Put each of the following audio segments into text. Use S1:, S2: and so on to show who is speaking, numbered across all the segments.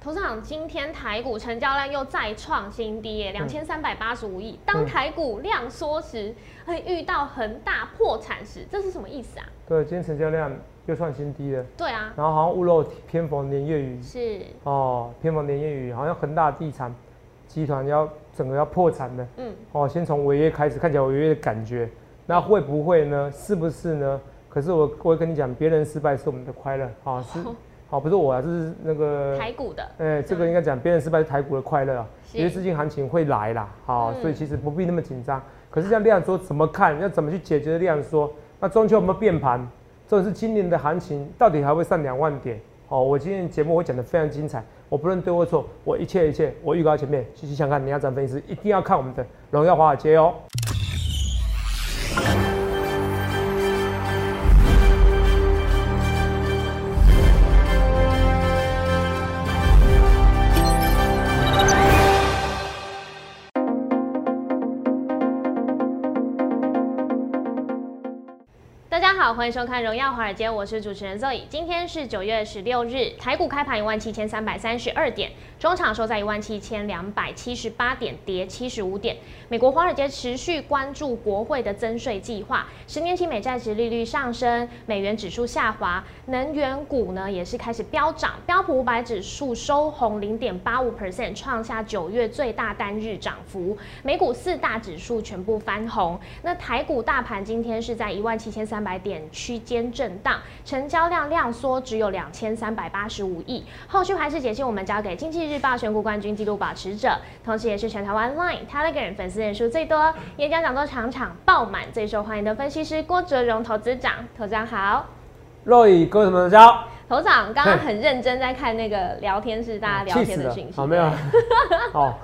S1: 投资长，今天台股成交量又再创新低耶，两千三百八十五亿。当台股量缩时，会遇到恒大破产时，这是什么意思啊？
S2: 对，今天成交量又创新低了，
S1: 对啊，
S2: 然后好像屋漏偏逢连夜雨，
S1: 是，
S2: 哦，偏逢连夜雨，好像恒大地产集团要整个要破产了，
S1: 嗯，
S2: 哦，先从违约开始，看起来违约的感觉，那会不会呢？是不是呢？可是我我会跟你讲，别人失败是我们的快乐，啊、是，好、不是我啊，这是那个
S1: 台股的，
S2: 哎、这个应该讲别人失败是台股的快乐啊，
S1: 是
S2: 因为资金行情会来啦，好、
S1: 嗯
S2: 所以其实不必那么紧张。可是像量缩怎么看？要怎么去解决量缩？那中秋有没有变盘？这是今年的行情到底还会上两万点？哦，我今天节目我讲的非常精彩，我不论对或错，我一切一切我预告前面，细细想看，你要涨分析师一定要看我们的荣耀华尔街哦。
S1: 大家好，欢迎收看《荣耀华尔街》，我是主持人 Zoe。今天是九月十六日，台股开盘一万七千三百三十二点，中场收在一万七千两百七十八点，跌七十五点。美国华尔街持续关注国会的增税计划，十年期美债值利率上升，美元指数下滑，能源股呢也是开始飙涨，标普五百指数收红零点八五 percent，创下九月最大单日涨幅。美股四大指数全部翻红。那台股大盘今天是在一万七千三百点区间震荡，成交量量缩只有两千三百八十五亿。后续还是解析我们交给经济日报选股冠军纪录保持者，同时也是全台湾 Line、Telegram 粉丝人数最多、演讲讲座场场爆满、最受欢迎的分析师郭哲荣投资长。投资长好。
S2: 若以各位什么大家好
S1: 头长刚刚
S2: 嘿
S1: 很认真在看那个聊天室，大家聊天的讯息。
S2: 好没有？哦，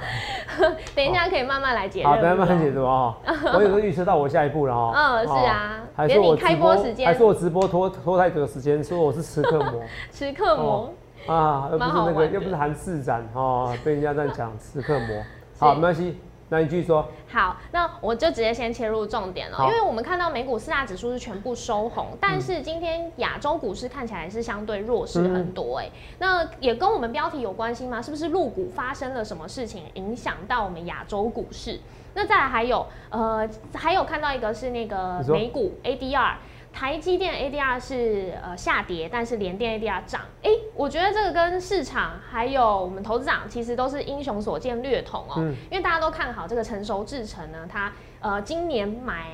S1: 等一下可以慢慢来解。
S2: 好，等下慢慢解。读啊、哦。我有时候预测到我下一步了哦。
S1: 嗯是啊
S2: 哦还
S1: 连
S2: 说
S1: 你
S2: 我
S1: 开
S2: 直
S1: 播
S2: 播
S1: 时间
S2: 还说我直播拖拖太久的时间，说我是吃客 魔
S1: 吃克魔
S2: 哦，啊，又不
S1: 蛮
S2: 是
S1: 好
S2: 那
S1: 玩
S2: 个，
S1: 的
S2: 又不是韩市长哦，被人家这样讲吃客魔。好，
S1: 是
S2: 没关系，那你继续说。
S1: 好，那我就直接先切入重点了，
S2: 好
S1: 因为我们看到美股四大指数是全部收红，但是今天亚洲股市看起来是相对弱势很多、哎、
S2: 嗯
S1: 那也跟我们标题有关系吗？是不是陆股发生了什么事情，影响到我们亚洲股市？那再来还有，呃，还有看到一个是那个
S2: 你说
S1: 美股 ADR。台积电 ADR 是呃下跌，但是联电 ADR 涨。哎、我觉得这个跟市场还有我们投资长其实都是英雄所见略同哦、
S2: 嗯
S1: 因为大家都看好这个成熟制程呢，它呃今年买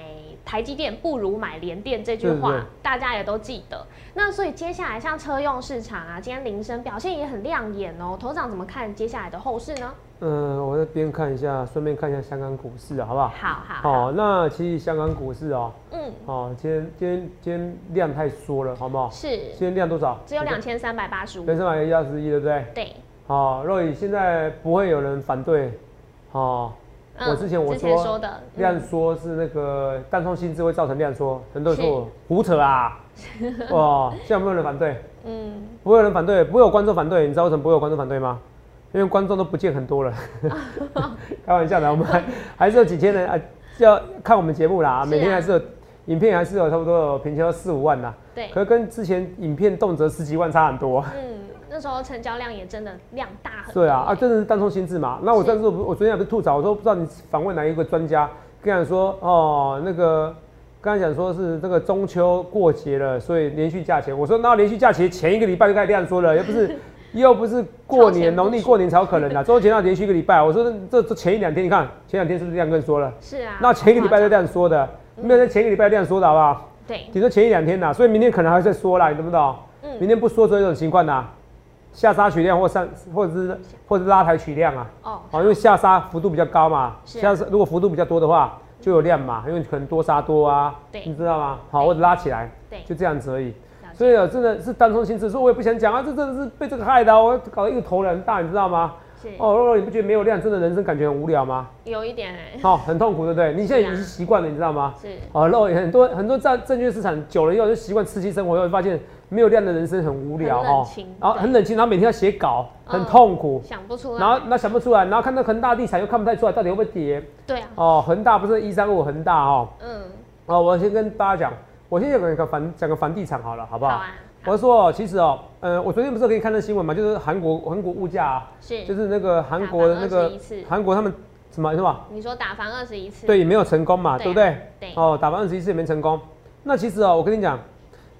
S1: 台积电不如买联电这句话
S2: 对对对
S1: 大家也都记得。那所以接下来像车用市场啊，今天铃声表现也很亮眼哦、投资长怎么看接下来的后市呢？
S2: 嗯，我在边看一下，顺便看一下香港股市，啊好不好？
S1: 好好好，
S2: 好，啊那其实香港股市哦，
S1: 嗯，
S2: 哦，今天今天今天量太缩了，好不好？
S1: 是
S2: 今天量多少？
S1: 只有两千三百八十五
S2: 人，生买一二十一，对不对？
S1: 对，
S2: 好，若雨现在不会有人反对，哦，我之前
S1: 嗯
S2: 我
S1: 之前
S2: 说
S1: 说的，嗯
S2: 量缩是那个单冲薪资会造成量缩，很多人
S1: 是
S2: 说我胡 扯啊，哦，现在有没有人反对？
S1: 嗯。
S2: 不会有人反对，不会有观众反对，你知道为什么不会有观众反对吗？因为观众都不见很 多了，开玩笑的，我们还还是有几千人啊，要看我们节目啦，
S1: 是啊
S2: 每天还是有影片，还是有差不多有平均要四五万啦，
S1: 对，
S2: 可是跟之前影片动辄十几万差很多。
S1: 嗯，那时候成交量也真的量大很多。
S2: 对啊，啊，真的是单冲心智嘛。那我
S1: 是
S2: 上次我不我昨天还不是吐槽，我说不知道你访问哪一个专家，跟他讲说哦，那个刚才讲说是这个中秋过节了，所以连续假期。我说那连续假期前一个礼拜就开始这样说了，又 不是又不是
S1: 超
S2: 过
S1: 前
S2: 年
S1: 部署
S2: 农历过年才有可能啊的，中秋前要连续一个礼拜。我说这这前一两天你看前两天是不是这样跟你说了？
S1: 是啊，
S2: 那前一个礼拜
S1: 夸张
S2: 就
S1: 嗯
S2: 这样说的，没有在前一个礼拜这样说的好不好？
S1: 对，
S2: 顶多前一两天啦，所以明天可能还会再说啦，你懂不懂？
S1: 嗯
S2: 明天不说只有一种情况呐，下杀取量或上，或者是或者是拉抬取量啊，
S1: 哦，
S2: 哦，因为下杀幅度比较高嘛，
S1: 是
S2: 下杀如果幅度比较多的话，就有量嘛，因为可能多杀多啊，
S1: 对
S2: 你知道吗？好，或者拉起来，
S1: 对
S2: 就这样子而已。
S1: 了解
S2: 所以啊，真的是单冲心智，说我也不想讲啊，这真的是被这个害的啊、我搞得一个头很大，你知道吗？
S1: 是
S2: 哦，如果你不觉得没有量，真的人生感觉很无 聊吗？
S1: 有一点哎，
S2: 好、很痛苦，对不对？你现在已
S1: 是啊
S2: 经习惯了，你知道吗？
S1: 是
S2: 哦，然后很多很多在证券市场久了以后就习惯刺激生活，以后发现没有量的人生很无聊
S1: 很冷
S2: 哦
S1: 清，
S2: 然后很冷清，然后每天要写稿，很
S1: 嗯
S2: 痛苦，
S1: 想不出来。
S2: 哦然后那想不出来，然后看到恒大地产又看不太出来到底会不会跌
S1: 对啊，
S2: 哦，恒大不是一三五恒大哦，
S1: 嗯，
S2: 哦，我先跟大家讲，我先讲个反讲个房地产好了，好不
S1: 好
S2: 好？
S1: 啊，
S2: 我说哦，其实哦，呃，我昨天不是可以看到新闻嘛，就是韩国韩国物价、啊，
S1: 是，
S2: 就是那个韩国的那
S1: 打翻
S2: 个
S1: 21次
S2: 韩国他们什么什么，
S1: 你说打翻二十一次，
S2: 对，也没有成功嘛，
S1: 对啊
S2: 对不对？
S1: 对，
S2: 哦，打完二十一次也没成功。那其实哦，我跟你讲，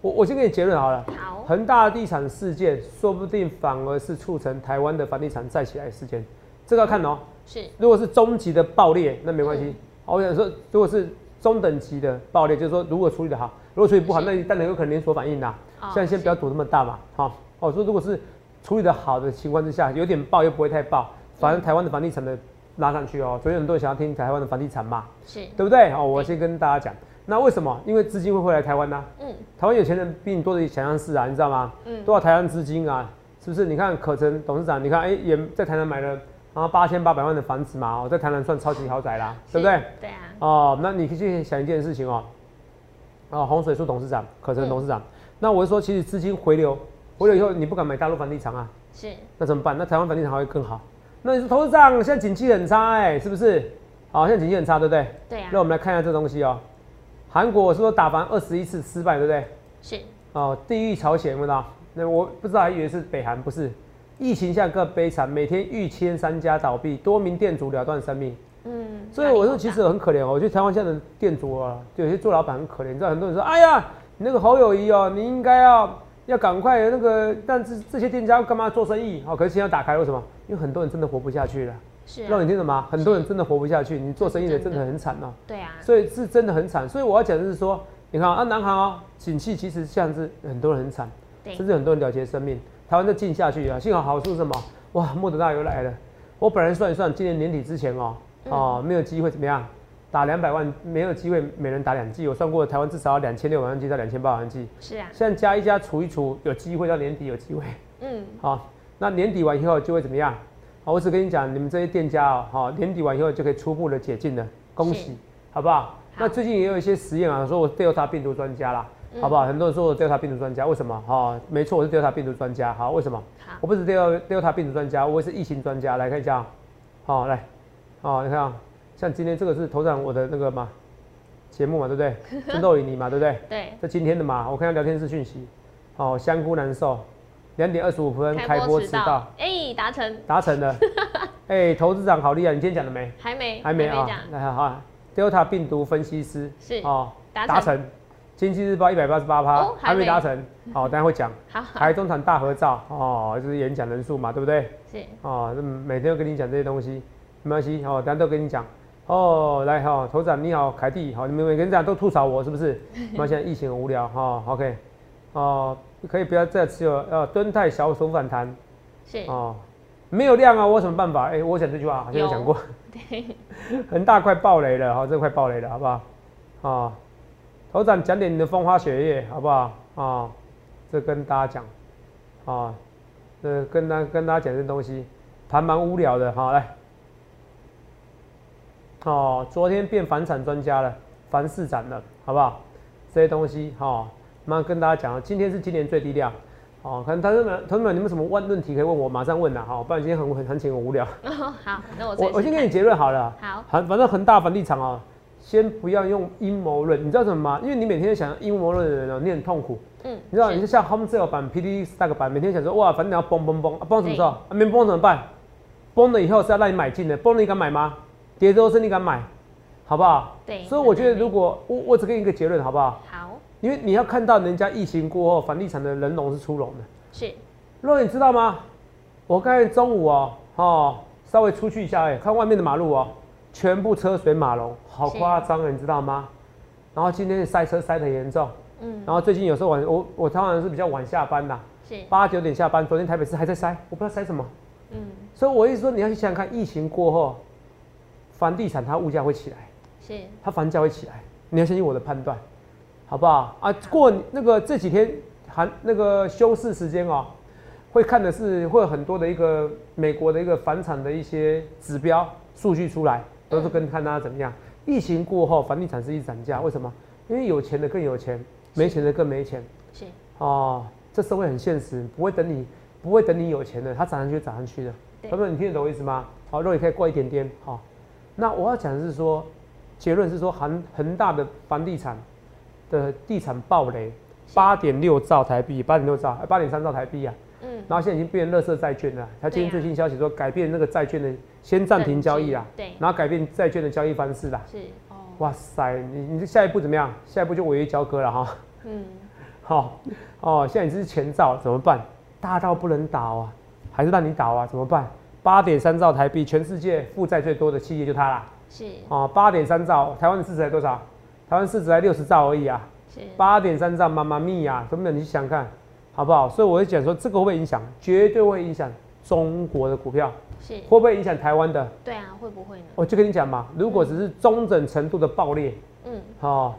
S2: 我我先给你结论好了。
S1: 好，
S2: 恒大地产事件，说不定反而是促成台湾的房地产再起来的事件，这个要看哦。
S1: 是
S2: 如果是中级的爆裂，那没关系。
S1: 嗯
S2: 好我想说，如果是中等级的爆裂，就是说如果处理的好，如果处理不好，
S1: 是
S2: 那当然有可能连锁反应啦。
S1: 哦
S2: 现在先不要赌那么大嘛，好、哦。我说如果是处理的好的情况之下，有点爆又不会太爆，反
S1: 嗯
S2: 正台湾的房地产的拉上去哦。昨天很多人想要听台湾的房地产嘛，
S1: 是，
S2: 对不对？哦，我先跟大家讲，那为什么？因为资金会回来台湾呐、
S1: 嗯
S2: 台湾有钱人比你多的想象是啊，你知道吗？
S1: 嗯，
S2: 多少台湾资金啊？是不是？你看可成董事长，你看哎、也在台南买了然后八千八百万的房子嘛，哦，在台南算超级豪宅啦，对不对
S1: 是？？对啊，
S2: 哦，那你可以去想一件事情哦，哦，洪水树董事长，可成
S1: 嗯
S2: 董事长，那我是说，其实资金回流，回流以后你不敢买大陆房地产啊，
S1: 是
S2: 那怎么办？那台湾房地产还会更好？那你说董事长现在景气很差哎、是不是？好、现在景气很差，对不对？
S1: 对啊
S2: 那，我们来看一下这东西哦。韩国我是说打完二十一次失败，对不对？
S1: 是
S2: 哦，地狱朝鲜，有没有看到？那我不知道，还以为是北韩，不是。疫情下更悲惨，每天逾千三家倒闭，多名店主了断生命。
S1: 嗯，
S2: 所以我
S1: 压力好
S2: 说，其
S1: 大
S2: 实很可怜哦。我觉得台湾现在的店主啊，就有些做老板很可怜。你知道，很多人说：“哎呀，你那个侯友谊哦，你应该要要赶快那个，但这这些店家干嘛做生意？哦，可是现在打开为什么？因为很多人真的活不下去了。
S1: 是
S2: 让
S1: 啊，
S2: 你听懂吗？很多人真的活不下去，你做生意的真的很惨哦、
S1: 对啊，
S2: 所以是真的很惨。所以我要讲的是说，你看啊，南韩哦，景气其实像是很多人很惨，
S1: 对
S2: 甚至很多人了结生命。台湾再进下去啊，幸好好处是什么？哇，莫德纳又来了。我本来算一算，今年年底之前哦，
S1: 嗯
S2: 哦，没有机会怎么样？打两百万没有机会，每人打两剂。我算过，台湾至少要两千六百万剂到两千八百万剂。
S1: 是啊，
S2: 现在加一加除一除，有机会到年底有机会。
S1: 嗯，
S2: 好、那年底完以后就会怎么样？好，我只跟你讲，你们这些店家哦，好、年底完以后就可以初步的解禁了，恭
S1: 是
S2: 喜，好不好？那最近也有一些实验啊，说我 Delta 病毒专家啦，
S1: 嗯
S2: 好不好？很多人说我 Delta 病毒专家，为什么？哈、没错，我是 Delta 病毒专家。好，为什么？
S1: 好，
S2: 我不是 Delta Delta 病毒专家，我也是疫情专家。来看一下、哦，好、来，好、你看、啊，像今天这个是头长我的那个嘛节目嘛，对不对？奋斗与你嘛，对不对？
S1: 对，
S2: 这今天的嘛，我看到聊天室讯息，哦，香菇难受，两点二十五分开播迟到，，
S1: 哎，达成，
S2: 达成 了。哎、投资长好厉害，你今天讲了没？
S1: 还没，
S2: 还没啊
S1: 讲，，
S2: 那好啊，Delta 病毒分析师
S1: 是
S2: 哦，
S1: 达
S2: 达
S1: 成
S2: 成，经济日报一百八十八趴
S1: 哦，还
S2: 还没
S1: 没
S2: 达成，好、等一下会 讲。
S1: 好好
S2: 台中场大合照哦，就是演讲人数嘛，对不对？
S1: 是，
S2: 哦，那每天都跟你讲这些东西，没关系哦，等下都跟你讲。哦，来哈、哦，头长你好，凯蒂好，你们每个人讲都吐槽我是不是？那现在疫情很无聊哈、哦、，OK，哦，可以不要再持有呃蹲态小手反弹
S1: 是，
S2: 哦，没有量啊，我有什么办法？哎、我讲这句话好像有讲过，
S1: 对，
S2: 恒大快爆雷了，好、哦，这快爆雷了，好不好？哦，头长讲点你的风花雪月，好不好？哦，这跟大家讲，哦，这跟大跟大家讲这东西，盘蛮无聊的，好、来。哦，昨天变房产专家了，房市长了，好不好？这些东西，哈、哦，那跟大家讲啊，今天是今年最低量，哦，可能同学们，同学们，你们有什么问问题可以问我，马上问啦，哈、不然今天很很行情很无聊。
S1: 哦，好，那我
S2: 我
S1: 随
S2: 我先
S1: 时
S2: 给你结论好了。啊
S1: 好，
S2: 很反正恒大房地产哦，先不要用阴谋论，你知道什么吗？因为你每天想阴谋论的人哦，你很痛苦。
S1: 嗯，
S2: 你知道，
S1: 是
S2: 你就像 Home Sale 版、PD Stack 版，每天想说哇，反正要崩崩崩，啊崩什么时候？啊没崩怎么办？崩了以后是要让你买进的，崩了你敢买吗？跌之后是你敢买，好不好？
S1: 对
S2: 所以我觉得
S1: 很难
S2: 如果我我只给你一个结论，好不好？
S1: 好，
S2: 因为你要看到人家疫情过后，房地产的人龙是出笼的。
S1: 是，
S2: 肉，你知道吗？我刚才中午哦，哦，稍微出去一下、哎，看外面的马路哦，全部车水马龙，好
S1: 是
S2: 夸张啊，你知道吗？然后今天塞车塞得严重，
S1: 嗯，
S2: 然后最近有时候晚，我我当然是比较晚下班啦，
S1: 是，
S2: 八九点下班，昨天台北市还在塞，我不知道塞什么。
S1: 嗯，
S2: 所以我一直说你要去想想看，疫情过后，房地产它物价会起来，
S1: 是，
S2: 它房价会起来，你要相信我的判断，好不好？啊，过那个这几天韩那个休市时间哦，会看的是会有很多的一个美国的一个房产的一些指标数据出来，都是跟看大家怎么样。疫情过后，房地产是一直涨价，为什么？因为有钱的更有钱，没钱的更没钱。
S1: 是，
S2: 哦，这社会很现实，不会等你，不会等你有钱的，它涨上去就涨上去的。
S1: 对
S2: 朋友们，你听得懂我意思吗？好，肉也可以过一点点。好、那我要讲的是说，结论是说，恒恒大的房地产的地产暴雷，八点六兆台币，八点六兆，哎八点三兆台币啊。
S1: 嗯，
S2: 然后现在已经变成垃圾债券了。他今天
S1: 对
S2: 最
S1: 啊
S2: 新消息说，改变那个债券的先暂停交易啦，啊
S1: 对，
S2: 然后改变债券的交易方式啦。
S1: 是，
S3: 哦，
S2: 哇塞，你你下一步怎么样？下一步就违约交割了哈。
S1: 嗯，
S2: 好、哦，现在你这是前兆，怎么办？大到不能倒啊，还是让你倒啊？怎么办？八点三兆台币，全世界负债最多的企业就它啦。
S1: 是
S2: 哦，八点三兆，台湾的市值才多少？台湾市值才六十兆而已啊。
S1: 是，
S2: 八点三兆，妈妈咪啊呀、根本你想想看，好不好？所以我会讲说，这个会不会影响？绝对会影响中国的股票，
S1: 是，
S2: 会不会影响台湾的？
S1: 对啊，会不会呢？
S2: 我就跟你讲嘛，如果只是中等程度的爆裂，
S1: 嗯，
S2: 哦，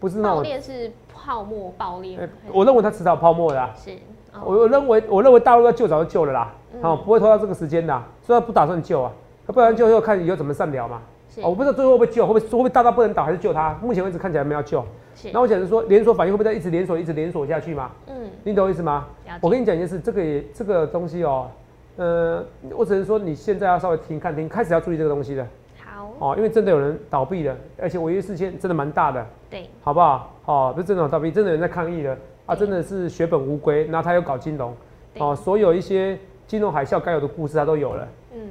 S2: 不是那
S1: 爆
S2: 种，
S1: 裂是泡沫爆裂
S2: 哎
S1: 吗，
S2: 我认为它迟早泡沫的、啊。
S1: 是，
S2: 我
S1: 哦，
S2: 我认为我认为大陆要救早就救了啦，
S1: 嗯
S2: 好、不会拖到这个时间的啊、所以他不打算救啊，不然救又看以后怎么善了嘛。
S1: 是
S2: 哦，我不知道最后会不会救，会不会会不会大到不能倒，还是救他？目前为止看起来没有救。
S1: 是
S2: 那，我讲是说连锁反应会不会再一直连锁一直连锁下去嘛？
S1: 嗯，
S2: 你懂我意思吗？
S1: 了
S2: 我
S1: 解，
S2: 跟你讲一件事，这个也这个东西哦，呃，我只能说你现在要稍微停看停，开始要注意这个东西的
S1: 好，
S2: 哦，因为真的有人倒闭了，而且违约事件真的蛮大的，
S1: 对，
S2: 好不好？哦，不是真的有倒闭，真的有人在抗议了啊，
S1: 对
S2: 真的是血本无归。然后他又搞金融，
S1: 对
S2: 哦，所有一些金融海啸该有的故事他都有了
S1: 嗯，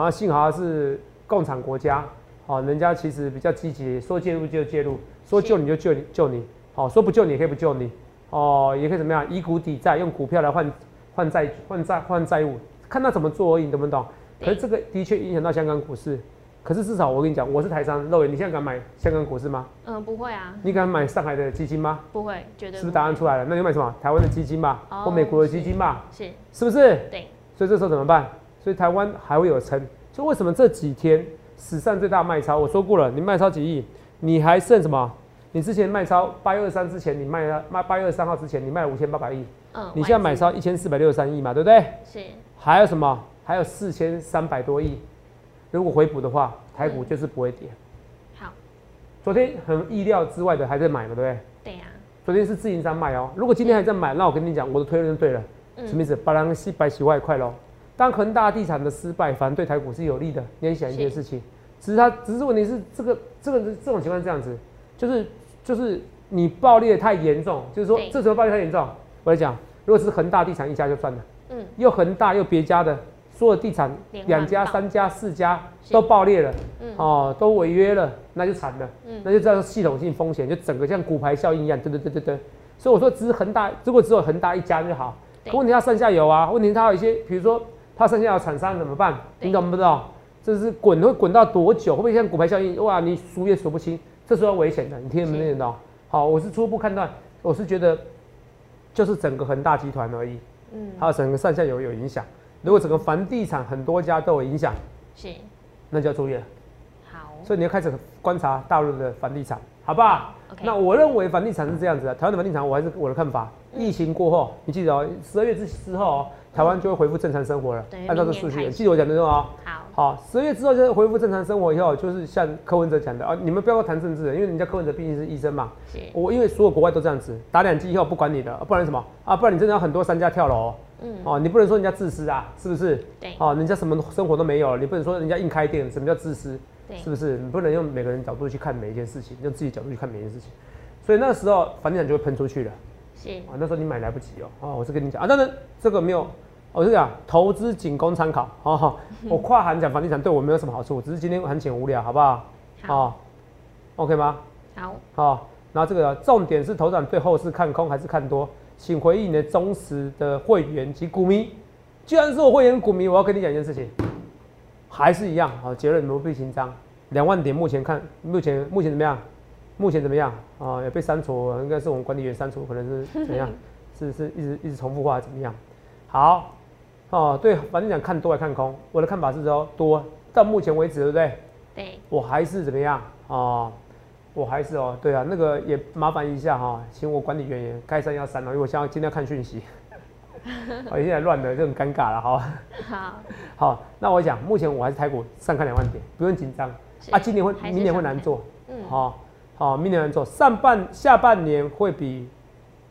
S2: 啊。幸好他是共产国家，哦，人家其实比较积极，说介入就介入，说
S1: 是
S2: 救你就救你救你，哦，说不救你也可以不救你，哦，也可以怎么样以股抵债，用股票来换换债换债换债务，看他怎么做而已，你懂不懂？可
S1: 对
S2: 是这个的确影响到香港股市。可是至少我跟你讲，我是台商，肉眼，你现在敢买香港股市吗？
S1: 嗯，不会啊，
S2: 你敢买上海的基金吗？
S1: 不会，绝对
S2: 是不是
S1: 会
S2: 答案出来了？那你买什么？台湾的基金吧，
S1: 哦
S2: 或美国的基金吧，
S1: 是，
S2: 是不是？
S1: 对，
S2: 所以这时候怎么办？所以台湾还会有撑。所以为什么这几天史上最大卖超？我说过了，你卖超几亿，你还剩什么？你之前卖超八月二三之前，你卖了卖八月三号之前，你卖了五千八百亿，
S1: 嗯，
S2: 你现在
S1: 外
S2: 买
S1: 资
S2: 超一千四百六十三亿嘛，对不对？
S1: 是，
S2: 还有什么？还有四千三百多亿。如果回补的话，台股就是不会跌。
S1: 好，
S2: 昨天很意料之外的还在买嘛，对不对？
S1: 对啊呀，
S2: 昨天是自营商卖哦，如果今天还在买，那我跟你讲，我的推论对了，什么意
S1: 嗯，
S2: 思？把人西百洗外快喽。当恒大地产的失败，反而对台股是有利的。你很想一件事情，只是它，只是问题是这个这个这种情况是这样子，就是就是你暴裂得太严重，就是说
S1: 对
S2: 这时候暴裂太严重，我来讲，如果是恒大地产一家就算了，
S1: 嗯，
S2: 又恒大又别家的，所有地产
S1: 连环
S2: 两家、
S1: 爆
S2: 三家、四家
S1: 是
S2: 都爆裂了，
S1: 嗯，
S2: 哦，都违约了，那就惨了。
S1: 嗯，
S2: 那就叫做系统性风险，就整个像骨牌效应一样，对对对对对。所以我说，只是恒大，如果只有恒大一家就好，
S1: 对
S2: 可问题它上下游啊，问题它有一些，比如说它上下游厂商怎么办？
S1: 对
S2: 你懂不懂？这是滚会滚到多久？会不会像骨牌效应？哇，你数也数不清，这时候危险的，你听没
S1: 是
S2: 听得懂？好，我是初步判断，我是觉得就是整个恒大集团而已，
S1: 嗯，
S2: 还有整个上下游有影响。如果整个房地产很多家都有影响，
S1: 是，
S2: 那就要注意了。
S1: 好，
S2: 所以你要开始观察大陆的房地产，好不好？
S1: OK
S2: 那我认为房地产是这样子的，台湾的房地产我还是我的看法。
S1: 嗯
S2: 疫情过后，你记得哦，十二月之之后哦，台湾就会恢复正常生活了。
S1: 等于
S2: 按照
S1: 嗯
S2: 这
S1: 明年
S2: 数据，
S1: 开始
S2: 记得我讲的哦。
S1: 好，
S2: 好，十月之后就恢复正常生活以后，就是像柯文哲讲的啊，你们不要谈政治了，因为人家柯文哲毕竟是医生嘛。
S1: 是，
S2: 我因为所有国外都这样子，打两剂以后不管你的，不然什么啊？不然你真的要很多商家跳楼哦
S1: 嗯，
S2: 哦，你不能说人家自私啊，是不是？
S1: 对，
S2: 哦，人家什么生活都没有，你不能说人家硬开店，什么叫自私？
S1: 对
S2: 是，不是？你不能用每个人角度去看每一件事情，用自己角度去看每一件事情。所以那时候房地产就会喷出去了
S1: 是，
S2: 啊！那时候你买来不及哦、啊！我是跟你讲啊，当然这个没有，哦我是讲投资仅供参考哦、哈我跨行讲房地产对我没有什么好处，只是今天很浅无聊，好不好？
S1: 好，
S2: o k 吗？
S1: 好，
S2: 好、然后这个重点是头涨对后市看空还是看多？请回应你的忠实的会员及股迷。既然是我会员股迷，我要跟你讲一件事情，还是一样，好、结论不必紧张。两万点目前看，目前目前怎么样？目前怎么样？啊、也被删除，应该是我们管理员删除，可能是怎么样？是是一直一直重复话怎么样？好，哦，对，反正讲看多还看空，我的看法是说多，到目前为止，对不对？
S1: 对，
S2: 我还是怎么样哦？我还是哦，对啊，那个也麻烦一下哈、请我管理员也该删要删了，因为我现在今天要看讯息， 我、现在乱的就很尴尬了哈。
S1: 好，
S2: 好，那我讲，目前我还是台股上看两万点，不用紧张
S1: 是
S2: 啊。今年会，
S1: 还是
S2: 明年会
S1: 上
S2: 难
S1: 看
S2: 做，
S1: 嗯，
S2: 好、好、明年难做，上半下半年会比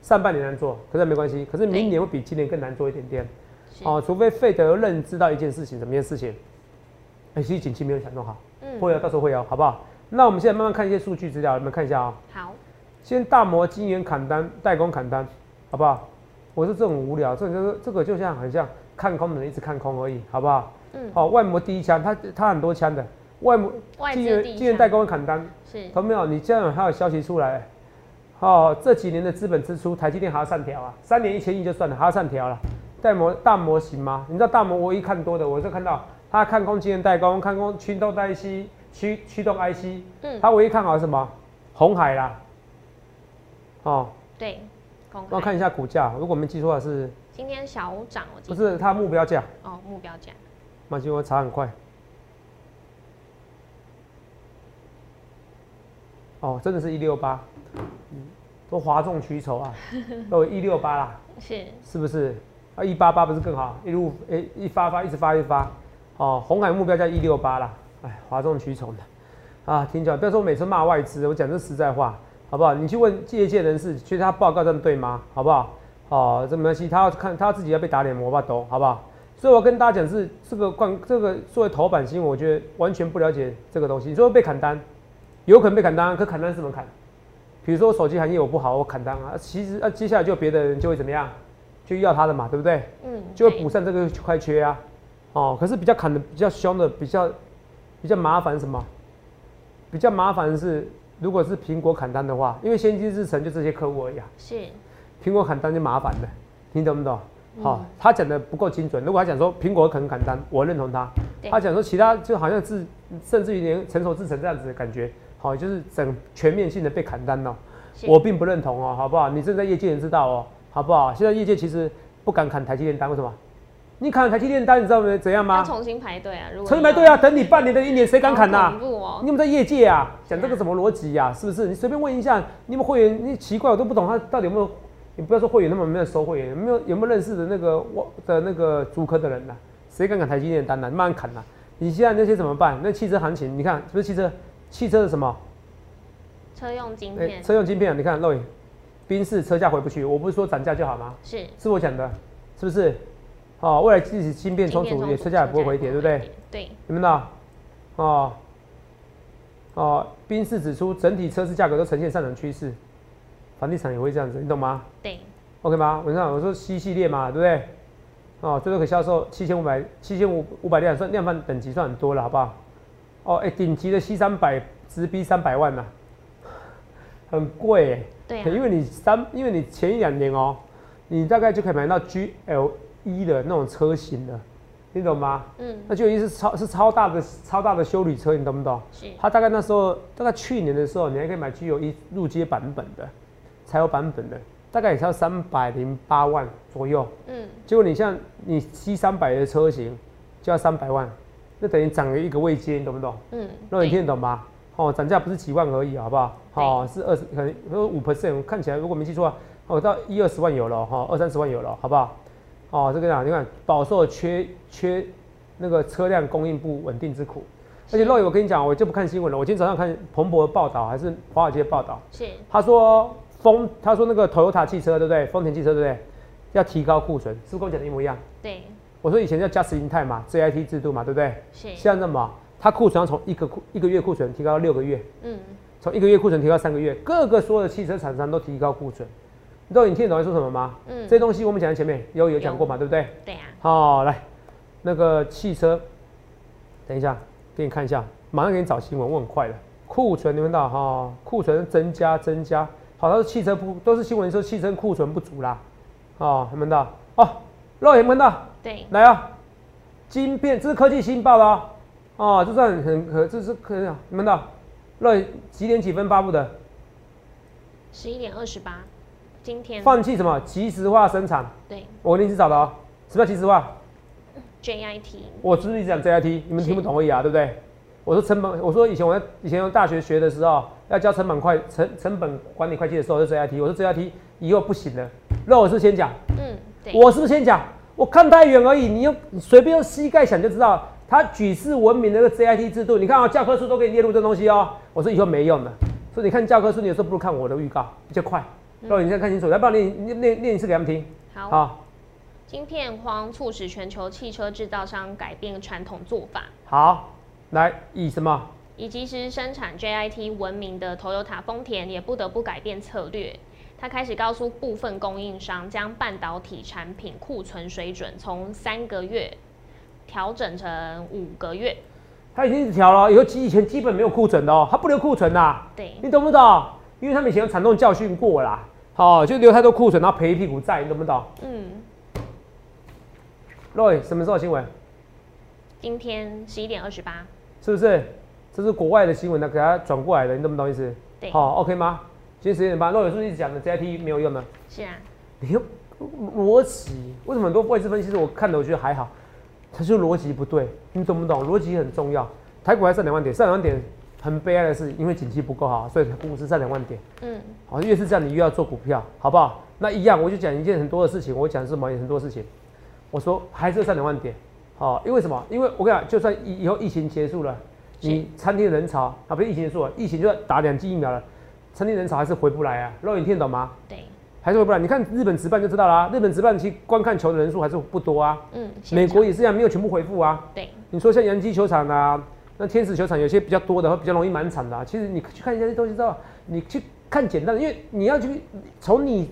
S2: 上半年难做，可是没关系，可是明年会比今年更难做一点点。
S1: 是，
S2: 哦，除非费德认知到一件事情，什么件事情？哎、其实景气啊没有想弄好。
S1: 嗯，
S2: 会哦，到时候会哦，好不好？那我们现在慢慢看一些数据资料，你们看一下啊、
S1: 好，
S2: 先大摩金元砍单，代工砍单，好不好？我说这种无聊，这就是这个就像很像看空的人一直看空而已，好不好？
S1: 嗯，
S2: 好、外摩第一枪，它它很多枪的，外摩
S1: 外
S2: 金
S1: 资
S2: 元
S1: 第一
S2: 金元代工砍单，
S1: 是
S2: 同没有？你这样还有消息出来？哦，这几年的资本支出，台积电还要上调啊，三年一千亿就算了，还要上调了。代模大模型吗？你知道大模我一看多的，我就看到他看空晶圆代工，看空驱动 IC，驱驱动 IC，
S1: 嗯
S2: 他唯一看好是什么？红海啦。哦，
S1: 对，公
S2: 我
S1: 开
S2: 看一下股价，如果没记错的是，
S1: 今天小涨，我记
S2: 不
S1: 得
S2: 是它目标价？
S1: 哦目标价
S2: 马金我查很快。哦，真的是一六八，都哗众取宠啊，都一六八啦，
S1: 是
S2: 是不是？啊，一八八不是更好？一路诶、一发发，一直发一直发。哦，红海目标价一六八啦，哎，哗众取宠的啊，听讲不要说我每次骂外资，我讲这实在话，好不好？你去问业界人士，觉得他报告这样对吗？好不好？哦，这没关系，他要看他自己要被打脸磨吧都，好不好？所以我跟大家讲是这个冠这个作为头版新闻，我觉得完全不了解这个东西。你说被砍单，有可能被砍单，可砍单是怎么砍？比如说手机行业我不好，我砍单啊，其实啊接下来就别的人就会怎么样，就要他的嘛，对不对？
S1: 嗯
S2: 就会
S1: 对
S2: 补上这个块缺啊。哦，可是比较砍的比较凶的，比较比较麻烦什么？比较麻烦是，如果是苹果砍单的话，因为先进制程就这些客户而已啊。
S1: 是
S2: 苹果砍单就麻烦了，你懂不懂？
S1: 嗯
S2: 好、他讲的不够精准。如果他讲说苹果可能砍单，我认同他
S1: 对。
S2: 他讲说其他就好像自，甚至于连成熟制成这样子的感觉，好、就是整全面性的被砍单哦。
S1: 是
S2: 我并不认同哦，好不好？你正在业界人知道哦，好不好？现在业界其实不敢砍台积电单，为什么？你砍台积电单，你知道怎样
S1: 要
S2: 吗？
S1: 重新排队啊，如果
S2: 重新
S1: 你
S2: 排
S1: 要
S2: 队啊，等你半年的一年，谁敢砍啊呐、
S1: 好恐怖哦
S2: 你，有没有在业界啊？讲这个什么逻辑啊呀？是不是？你随便问一下，你们会员，你奇怪，我都不懂他到底有没有？你不要说会员，那么没有收会员，有没有有没有认识的那个我的那个足科的人呐、谁敢砍台积电的单呐、你慢慢砍呐、你现在那些怎么办？那汽车行情，你看是不是汽车？汽车的什么？
S1: 车用晶
S2: 哎、
S1: 片
S2: 车用晶片、啊，你看肉眼，宾士车价回不去，我不是说涨价就好吗？
S1: 是
S2: 是我讲的，是不是？哦，未来即使晶片
S1: 晶
S2: 重
S1: 片
S2: 组，
S1: 重
S2: 也
S1: 组
S2: 车价也不会回跌，对不对？？
S1: 对，
S2: 你们呢？哦哦，宾士指出，整体车市价格都呈现上涨趋势，房地产也会这样子，你懂吗
S1: 对，
S2: ？OK 吗？文上我说 C 系列嘛，对不对？哦，最多可销售七千五百七千五五百辆，算量贩等级算很多了，好不好？哦，哎、顶级的 C 三百直逼三百万呐、 很贵耶、
S1: 对啊
S2: 因为你三，因为你前一两年哦、你大概就可以买到 GL 一的那种车型了，你懂吗？
S1: 嗯，
S2: 那就一是超是超大的超大的修理车，你懂不懂？
S1: 是
S2: 它大概那时候大概去年的时候，你还可以买具有一入阶版本的，柴油版本的，大概也是要三百零八万左右。
S1: 嗯，
S2: 结果你像你 C 三百的车型就要三百万，那等于涨了一个位阶，你懂不懂？
S1: 嗯，
S2: 那你
S1: 对
S2: 听得懂吗？哦，涨价不是几万而已，好不好？哦，是二十，可能说五 percent，看起来如果没记错，哦，到一二十万有了，哈、哦，二三十万有了，好不好？哦，这个啊，你看饱受缺缺那个车辆供应不稳定之苦，而且肉爷，我跟你讲，我就不看新闻了，我今天早上看彭博的报道还是华尔街的报道，
S1: 是
S2: 他说丰，他说那个 Toyota 汽车对不对？丰田汽车对不对？要提高库存，是不是跟我讲的一模一样？
S1: 对
S2: 我说以前叫 just in time 嘛，JIT 制度嘛，对不对？
S1: 是，
S2: 像那么，它库存要从一个库一个月库存提高到六个月，
S1: 嗯，
S2: 从一个月库存提高三个月，各个所有的汽车厂商都提高库存。你知道你听得懂在说什么吗？
S1: 嗯
S2: 这些东西我们讲在前面有有讲过嘛，对不对？
S1: 对啊，
S2: 好、来，那个汽车，等一下给你看一下，马上给你找新闻，我很快的。库存你们到哈、库存增加增加，好，它是汽车不都是新闻说汽车库存不足啦，哦，你们到哦，肉眼你们到。
S1: 对
S2: 来啊，晶片，这是科技新报的哦，哦，这是很很可，这是可以啊，你们的，那几点几分发布的？
S1: 十一点二十八，今天
S2: 放弃什么？即时化生产，
S1: 对
S2: 我给你去找的哦。什么叫即时化？
S1: JIT
S2: 我只是一直讲 JIT，你们听不懂而已啊，对不对？我说成本，我说以前我在以前我大学学的时候，啊要教成本会成成本管理会计的时候是 JIT，我说 JIT 以后不行了，那我是先讲，
S1: 嗯，对，
S2: 我是不是先讲？我看太远而已，你用你随便用膝盖想就知道，他举世闻名的那个 JIT 制度，你看啊、教科书都给你列入这东西哦。我说以后没用的，所以你看教科书，你有时候不如看我的预告比较快，让你先看清楚，要不然念念念念一次给他们听
S1: 好。
S2: 啊。
S1: 晶片荒促使全球汽车制造商改变传统做法，
S2: 好，来以什么
S1: 以及是生产 JIT 闻名的 Toyota 丰田也不得不改变策略。他开始告诉部分供应商，将半导体产品库存水准从三个月调整成五个月。
S2: 它已经一直调了，以后基以前基本没有库存的哦，它不留库存啦。
S1: 对，
S2: 你懂不懂？因为他们以前有惨痛教训过啦，好、就留太多库存，然后赔一屁股债，你懂不懂
S1: 嗯，
S2: ？Roy，什么时候有新闻？
S1: 今天十一点二十八，
S2: 是不是？这是国外的新闻呢，给它转过来的，你懂不懂意思？
S1: 对，
S2: 好、o k 吗？今天十点半，若有是不是一直讲的 JIT 没有用呢？
S1: 是啊，
S2: 你又逻辑，为什么很多外资分析师我看的我觉得还好，他就逻辑不对，你懂不懂？逻辑很重要。台股还上两万点，上两万点很悲哀的是，因为景气不够好，所以股市上两万点。
S1: 嗯，
S2: 好，哦越是这样，你越要做股票，好不好？那一样，我就讲一件很多的事情，我讲什么也很多事情。我说还是要上两万点，好、因为什么？因为我跟你讲，就算以以后疫情结束了，你餐厅人潮啊，不是疫情结束了，疫情就要打两剂疫苗了，餐厅人潮还是回不来啊。肉眼听得懂吗？
S1: 对，
S2: 还是回不来。你看日本直办就知道啦、日本直办其实观看球的人数还是不多啊。
S1: 嗯，现
S2: 美国
S1: 场
S2: 也是一样，没有全部回复啊。
S1: 对，
S2: 你说像洋基球场啊，那天使球场有些比较多的，会比较容易满场的、啊。其实你去看一下这些东西之后，你去看简单的，因为你要去从你，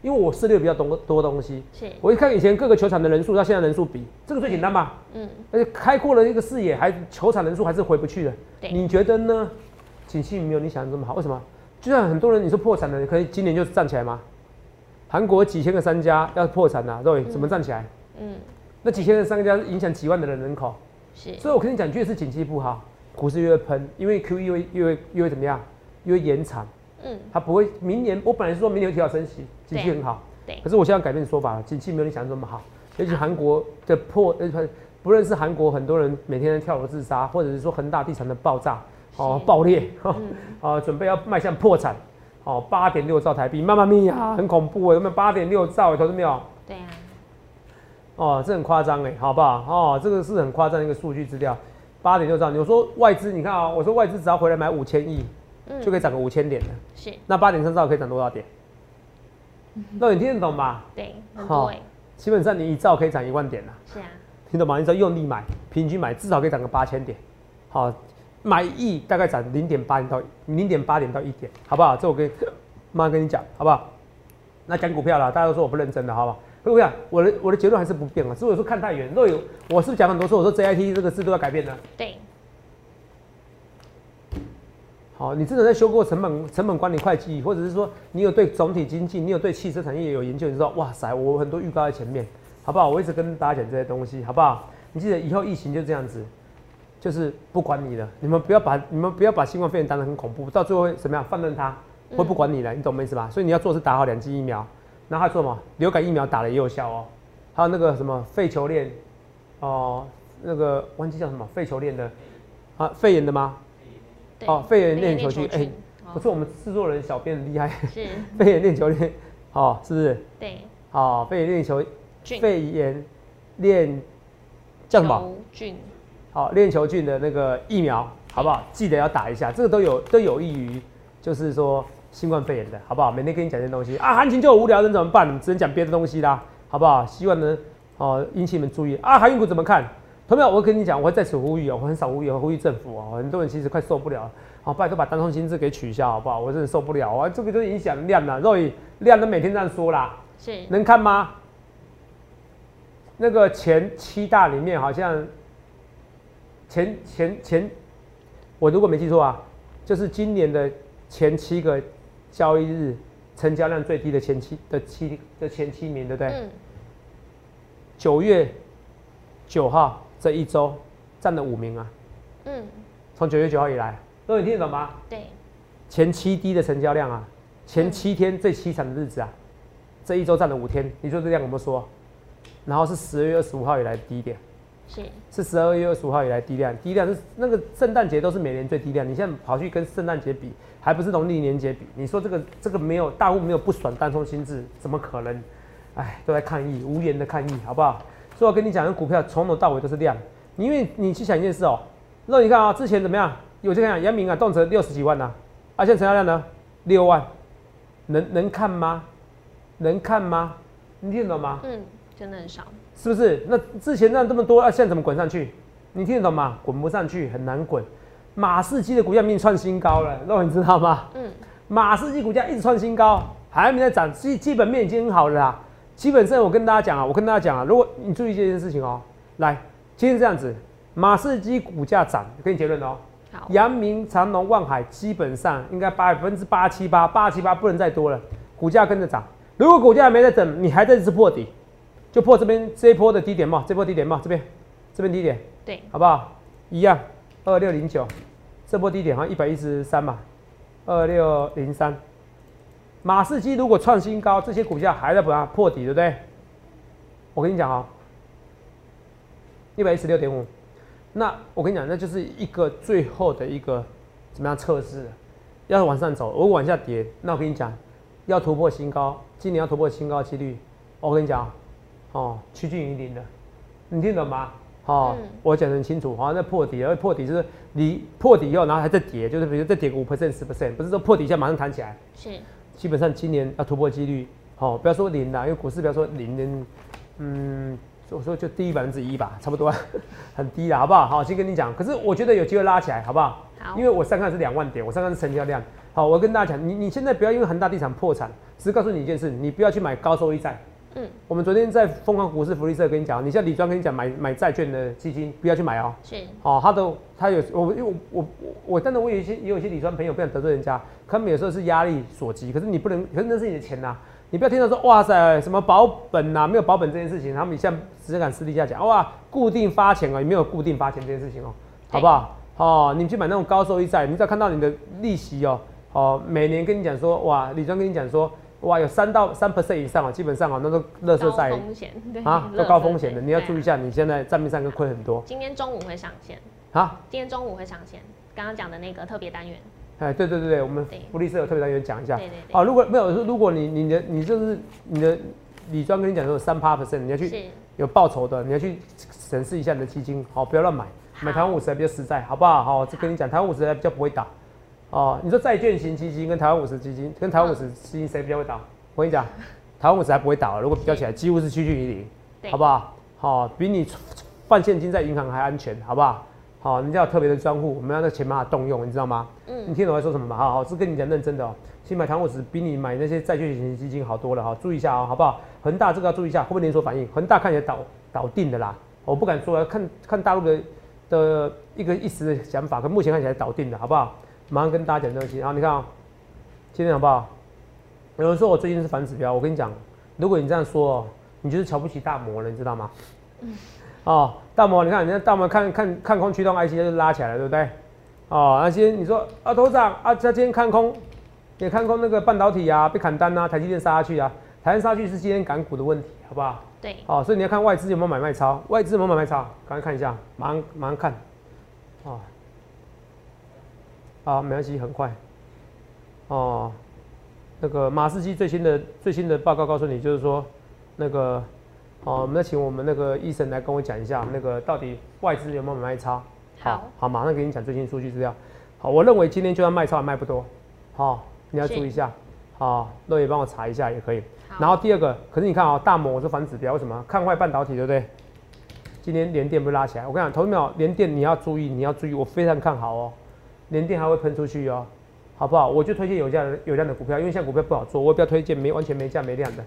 S2: 因为我涉猎比较多多东西，
S1: 是，
S2: 我一看以前各个球场的人数到现在人数比，这个最简单吧。
S1: 嗯，
S2: 而且开阔了一个视野，还球场人数还是回不去的。
S1: 对
S2: 你觉得呢？景气没有你想的这么好，为什么？就像很多人你说破产了，可以今年就站起来吗？韩国几千个商家要破产了、啊，对，怎么站起来？
S1: 嗯，
S2: 那几千个商家影响几万的人人口，
S1: 是，
S2: 所以我跟你讲，越是景气不好，股市越会喷，因为 QE 越会越会越会怎么样？越会延长，
S1: 嗯，
S2: 它不会明年。我本来是说明年会提高升息，景气
S1: 对
S2: 很好，
S1: 对，
S2: 可是我现在改变说法了，景气没有你想的这么好，尤其韩国的破，呃，不不论是韩国很多人每天在跳楼自杀，或者是说恒大地产的爆炸，哦，
S1: 是
S2: 爆裂，哦
S1: 嗯，
S2: 啊，准备要迈向破产，哦，八点六兆台币，妈妈咪呀，很恐怖哎，有没有八点六兆？投资没有？
S1: 对啊，
S2: 哦，这很夸张哎，好不好？哦，这个是很夸张的一个数据资料，八点六兆。你说外资，你看啊、我说外资只要回来买五千亿，
S1: 嗯，
S2: 就可以涨个五千点了。
S1: 是，
S2: 那八点三兆可以涨多少点？那你听得懂吧？
S1: 对，很
S2: 好
S1: 多哎，
S2: 基本上你一兆可以涨一万点啦，
S1: 是啊，
S2: 听懂吗？你只要用力买，平均买至少可以涨个八千点，好、买一亿大概涨零点八到零点八点到一点，好不好？这我 跟妈跟你讲，好不好？那讲股票啦，大家都说我不认真的，好不好？可是我想我的我的结论还是不变啊，只是我说看太远。若有我是不是讲很多次，我说 JIT 这个制度要改变呢？
S1: 对，
S2: 好，你真的在修过成本成本管理会计，或者是说你有对总体经济，你有对汽车产业有研究，你知道，哇塞，我很多预告在前面，好不好？我一直跟大家讲这些东西，好不好？你记得以后疫情就这样子，就是不管你了，你们不要把你们不要把新冠肺炎当得很恐怖，到最后会怎么样放任它，会不管你了，你懂我意思吧？所以你要做的是打好两剂疫苗，然后还做什么？流感疫苗打了也有效哦，还有那个什么肺球链，哦、那个忘记叫什么肺球链的，啊，肺炎的吗？
S1: 对，
S2: 哦肺炎
S1: 被
S2: 链
S1: 链
S2: 球
S1: 球
S2: 菌哎
S1: 菌，
S2: 不
S1: 哦
S2: 错，我们制作人小编很厉害，
S1: 是，
S2: 肺炎链球链，哦，是不是？
S1: 对，
S2: 哦，肺炎链球，
S1: 菌，
S2: 肺炎链叫什么？
S1: 球菌，
S2: 好、链球菌的那个疫苗，好不好？记得要打一下，这个都有都有益于，就是说新冠肺炎的，好不好？每天跟你讲这些东西啊，行情就有无聊，能怎么办？只能讲别的东西啦，好不好？希望呢，哦，引起你们注意啊。航运股怎么看？同样，我跟你讲，我会在此呼吁哦，我很少呼吁，我呼吁政府哦，很多人其实快受不了了，好、拜托把单通薪资给取消，好不好？我真的受不了啊，这个就是影响量啦，肉眼量都每天这样说啦，
S1: 是，
S2: 能看吗？那个前七大里面好像前前前，我如果没记错啊，就是今年的前七个交易日成交量最低的前七的七的前七名，对不对？
S1: 嗯，
S2: 九、月九号这一周占了五名啊，
S1: 嗯，
S2: 从九月九号以来，都你听得懂吗？
S1: 对，
S2: 前七低的成交量啊，前
S1: 嗯
S2: 七天最凄惨的日子啊，这一周占了五天，你说这量有没有说？然后是十二月二十五号以来的低点，
S1: 是，
S2: 是十二月二十五号以来低量，低量是那个圣诞节都是每年最低量，你现在跑去跟圣诞节比，还不是农历年节比？你说这个这个没有大户没有不爽单冲心智，怎么可能？哎，都在抗议，无言的抗议，好不好？所以我跟你讲，那股票从头到尾都是量，你因为你去想一件事哦、那你看啊、之前怎么样？有这样杨明啊，动辄六十几万呐、啊，啊，现在成交量呢六万，能能看吗？能看吗？你听得懂吗？
S1: 嗯，真的很少，
S2: 是不是？那之前让这么多，啊，现在怎么滚上去？你听得懂吗？滚不上去，很难滚。马士基的股价命创新高了，肉你知道吗？
S1: 嗯，
S2: 马士基股价一直创新高，还没在涨，基基本面已经很好了啦。基本上我跟大家讲啊，我跟大家讲啊，如果你注意这件事情哦，来，今天这样子，马士基股价涨，给你结论哦，
S1: 好，
S2: 阳明、长隆、万海基本上应该百分之八七八、八七八不能再多了，股价跟着涨。如果股价没在等，你还在一直破底，就破这边这一波的低点嘛，这波低点嘛，这边这边低点
S1: 对，
S2: 好不好？一样，二六零九，这波低点好像一百一十三嘛，二六零三。马士基如果创新高，这些股价还在把它破底，对不对？我跟你讲哦，一百一十六点五，那我跟你讲，那就是一个最后的一个怎么样测试？要是往上走，如果往下跌，那我跟你讲，要突破新高，今年要突破新高几率，我跟你讲，哦，趋近于零的，你听懂吗？哦，
S1: 嗯
S2: 我讲得很清楚，好、哦，那破底，而破底就是离破底以后，然后还在跌，就是比如再跌个五 percent、十 percent，不是说破底一下马上弹起来，
S1: 是，
S2: 基本上今年啊要突破几率，哦，不要说零啦，因为股市不要说零零，嗯，我说就低百分之一吧，差不多， 很低啦，好不好？好，先跟你讲，可是我觉得有机会拉起来，好不好？
S1: 好
S2: 因为我上看是两万点，我上看是成交量。好，我跟大家讲，你你现在不要因为恒大地产破产，只是告诉你一件事，你不要去买高收益债。
S1: 嗯，
S2: 我们昨天在疯狂股市福利社跟你讲，你像李庄跟你讲买买债券的基金，不要去买哦。
S1: 是，
S2: 哦，他都他有我因为我我我我，当然我有一些也有一些理专朋友不想得罪人家，他们有时候是压力所及，可是你不能，可是那是你的钱呐、你不要听到说哇塞什么保本呐、没有保本这件事情，他们像只敢私底下讲哇固定发钱哦，也没有固定发钱这件事情哦，好不好？哦，你去买那种高收益债，你只要看到你的利息哦，哦，每年跟你讲说哇，理专跟你讲说哇有三到三 percent 以上哦，基本上哦那都乐色
S1: 高
S2: 债
S1: 风险，对，
S2: 啊都
S1: 垃圾
S2: 高风险的，
S1: 债
S2: 你要
S1: 对啊
S2: 注意一下，你现在账面上跟亏很多
S1: 今天中午会上线，
S2: 啊。
S1: 今天中午会上线，刚刚讲的那个特别单元，
S2: 哎，对对对对，我们
S1: 对
S2: 福利社有特别单元讲一下。
S1: 对对对
S2: 啊，如果没有，如果你你的你就是你的理专跟你讲说三趴 percent，你要去
S1: 是，
S2: 有报酬的，你要去审视一下你的基金，好，不要乱买，
S1: 好
S2: 买台湾五十还比较实在，好不好？好，这跟你讲，台湾五十还比较不会打。哦，你说债券型基金跟台湾五十基金跟台湾五十基金谁比较会打？我跟你讲，台湾五十还不会打，如果比较起来，几乎是趋近于零。
S1: 对，
S2: 好不好？好、比你放现金在银行还安全，好不好？好、人家有特别的专户，我们要那钱没办法动用，你知道吗？
S1: 嗯
S2: 你听懂我在说什么吗？好好，是跟你讲认真的哦。新买糖果纸比你买那些债券型基金好多了哈、注意一下哦，好不好？恒大这个要注意一下，会不会连锁反应？恒大看起来倒倒定的啦，我不敢说，要看看大陆的的一个一时的想法，可目前看起来倒定的，好不好？马上跟大家讲这个东西，然后你看哦，今天好不好？有人说我最近是反指标，我跟你讲，如果你这样说哦，你就是瞧不起大摩了，你知道吗？哦，大摩，你看人家大摩看看看空驱动 IC 就拉起来了，对不对？哦，那些你说啊，头长啊，他今天看空，也看空那个半导体啊，被砍单啊，台积电杀下去啊，台湾杀下去是今天港股的问题，好不好？
S1: 对，
S2: 哦，所以你要看外资有没有买卖超，外资有没有买卖超，赶快看一下，马上马上看，哦，啊，没关系，很快，哦，那个马士基最新的最新的报告告诉你，就是说那个，哦，那请我们那个医生来跟我讲一下，那个到底外资有没有买卖超？
S1: 好，
S2: 好，马上给你讲最新数据资料。好，我认为今天就算卖超也卖不多，好、你要
S1: 是
S2: 注意一下，好、那也帮我查一下也可以。
S1: 好
S2: 然后第二个，可是你看啊、大摩我是反指标，为什么？看坏半导体，对不对？今天联电不是拉起来？我跟你讲，投资秒联电你要注意，你要注意，我非常看好哦，联电还会喷出去哦，好不好？我就推荐有价的有量的股票，因为现在股票不好做，我也不要推荐没完全没价没量的。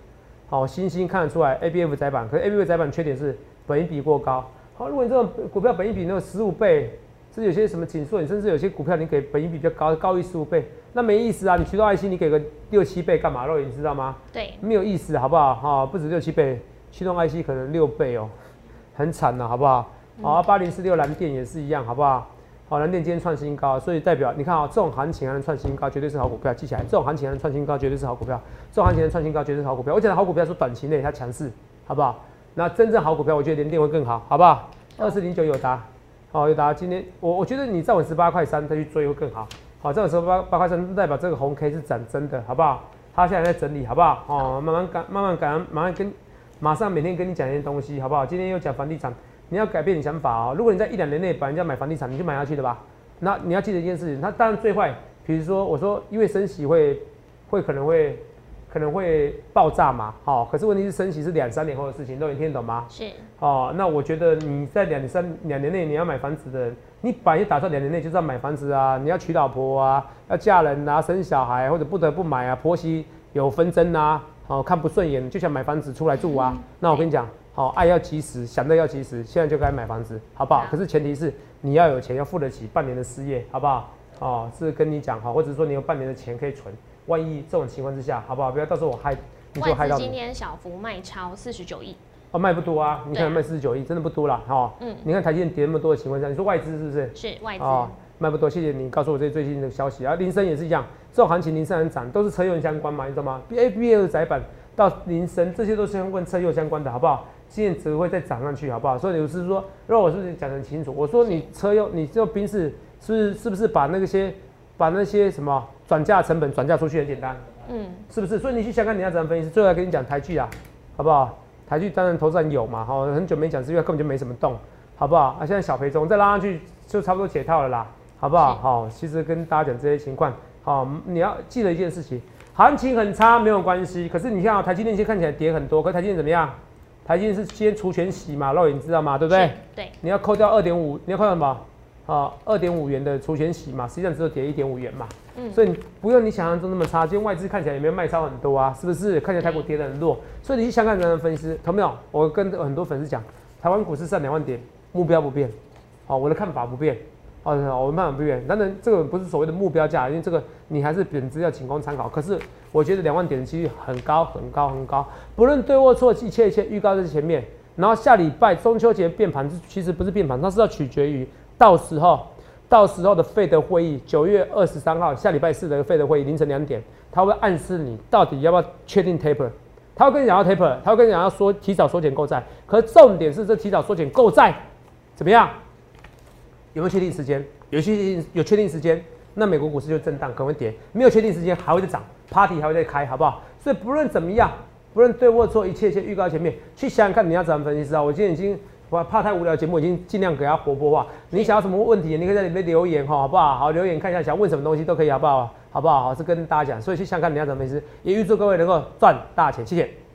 S2: 好，星星看得出来 ABF 窄板，可是 ABF 窄板缺点是本益比过高。好，如果你这种股票本益比那个十五倍，是有些什么紧缩，你甚至有些股票你给本益比较高，高于十五倍，那没意思啊！你渠道爱心你给个六七倍干嘛？肉眼你知道吗？
S1: 对，
S2: 没有意思，好不好？哈、不止六七倍，驱动 IC 可能六倍哦， 很惨啊了、好不好？好、八零四六蓝电也是一样，好不好？好，蓝电今天创新高，所以代表你看啊、这种行情还能创新高，绝对是好股票。记起来，这种行情还能创新高，绝对是好股票。这种行情能创新高，绝对是好股票。我讲的好股票是短期内它强势，好不好？那真正好股票，我觉得联电会更好，好不好？二四零九友达，好友达今天我我觉得你站稳十八块三再去追会更好。好，这种时候八八块三代表这个红 K 是涨真的，好不好？它现在在整理，好不好？哦，慢慢赶，慢慢赶，马上跟，马上每天跟你讲一些东西，好不好？今天又讲房地产，你要改变你想法哦。如果你在一两年内把人家买房地产，你就买下去的吧。那你要记得一件事情，它当然最坏，比如说我说因为升息会会可能会可能会爆炸嘛，好、可是问题是升息是两三年后的事情，都你听得懂吗？
S1: 是
S2: 哦，那我觉得你在两三两年内你要买房子的人，你本来就打算两年内就是要买房子啊，你要娶老婆啊，要嫁人啊，生小孩或者不得不买啊，婆媳有纷争啊，哦看不顺眼就想买房子出来住
S1: 嗯
S2: 啊。那我跟你讲，好、爱要及时，想的要及时，现在就该买房子，好不好？
S1: 好
S2: 可是前提是你要有钱，要付得起半年的失业，好不好？哦，是跟你讲哈，或者说你有半年的钱可以存，万一这种情况之下，好不好？不要到时候我害你就害
S1: 外
S2: 到
S1: 资
S2: 你
S1: 今。天小幅卖超四十九亿，
S2: 哦，卖不多啊，你
S1: 对啊
S2: 看卖四十九亿，真的不多啦，哈、
S1: 嗯
S2: 你看台积电跌那么多的情况下，你说外资是不是？
S1: 是外资、
S2: 哦，卖不多，谢谢你告诉我这最近的消息啊。林森也是一样，这种行情林森很涨，都是车用相关嘛，你知道吗？B A B A 的窄板到林森，这些都是相关车用相关的，好不好？今年只会再涨上去，好不好？所以我是说，让我是不是讲得很清楚？我说你车用，你这冰室是不是是不是把那个些把那些什么转嫁成本转嫁出去很简单？
S1: 嗯，
S2: 是不是？所以你去想看你要怎么分析。最后来跟你讲台剧啊，好不好？台剧当然头上有嘛，哈、很久没讲，是因为根本就没什么动，好不好？啊，现在小培中再拉上去就差不多解套了啦，好不好？
S1: 是
S2: 好、其实跟大家讲这些情况，好、你要记得一件事情，行情很差没有关系，可是你看啊、台积电现在看起来跌很多，可台积电怎么样？台积电是今天除权息嘛，肉眼你知道吗？对不对
S1: 是？？对，
S2: 你要扣掉二点五，你要扣掉什么？啊，二点五元的除权息嘛，实际上只有跌一点五元嘛。
S1: 嗯
S2: 所以你不用你想象中那么差。今天外资看起来也没有卖超很多啊，是不是？看起来台股跌得很弱，
S1: 嗯
S2: 所以你去香港人的分析，同没有？我跟很多粉丝讲，台湾股市上两万点，目标不变，好、我的看法不变，哦，我的看法不变。当然，这个不是所谓的目标价，因为这个你还是本质要仅供参考。可是我觉得两万点的几率很高，很高，很高。不论对或错，一切一切预告在前面。然后下礼拜中秋节变盘，其实不是变盘，它是要取决于到时候到时候的费德会议，九月二十三号下礼拜四的费德会议凌晨两点，他会暗示你到底要不要确定 taper，他会跟你讲要 taper，他会跟你讲要说提早缩减购债，可是重点是这提早缩减购债怎么样？有没有确定时间？有确定有确定时间，那美国股市就震荡，可能会跌；没有确定时间，还会再涨，party 还会再开，好不好？所以不论怎么样，不论对或错，一切先预告前面，去想想看你要怎么分析师啊。我今天已经我怕太无聊，节目已经尽量给它活泼化。你想要什么问题，你可以在里面留言哈，好不好？好，留言看一下，想问什么东西都可以，好不好？好不好？好，是跟大家讲，所以去想想看你要怎么分析师，也预祝各位能够赚大钱，谢谢。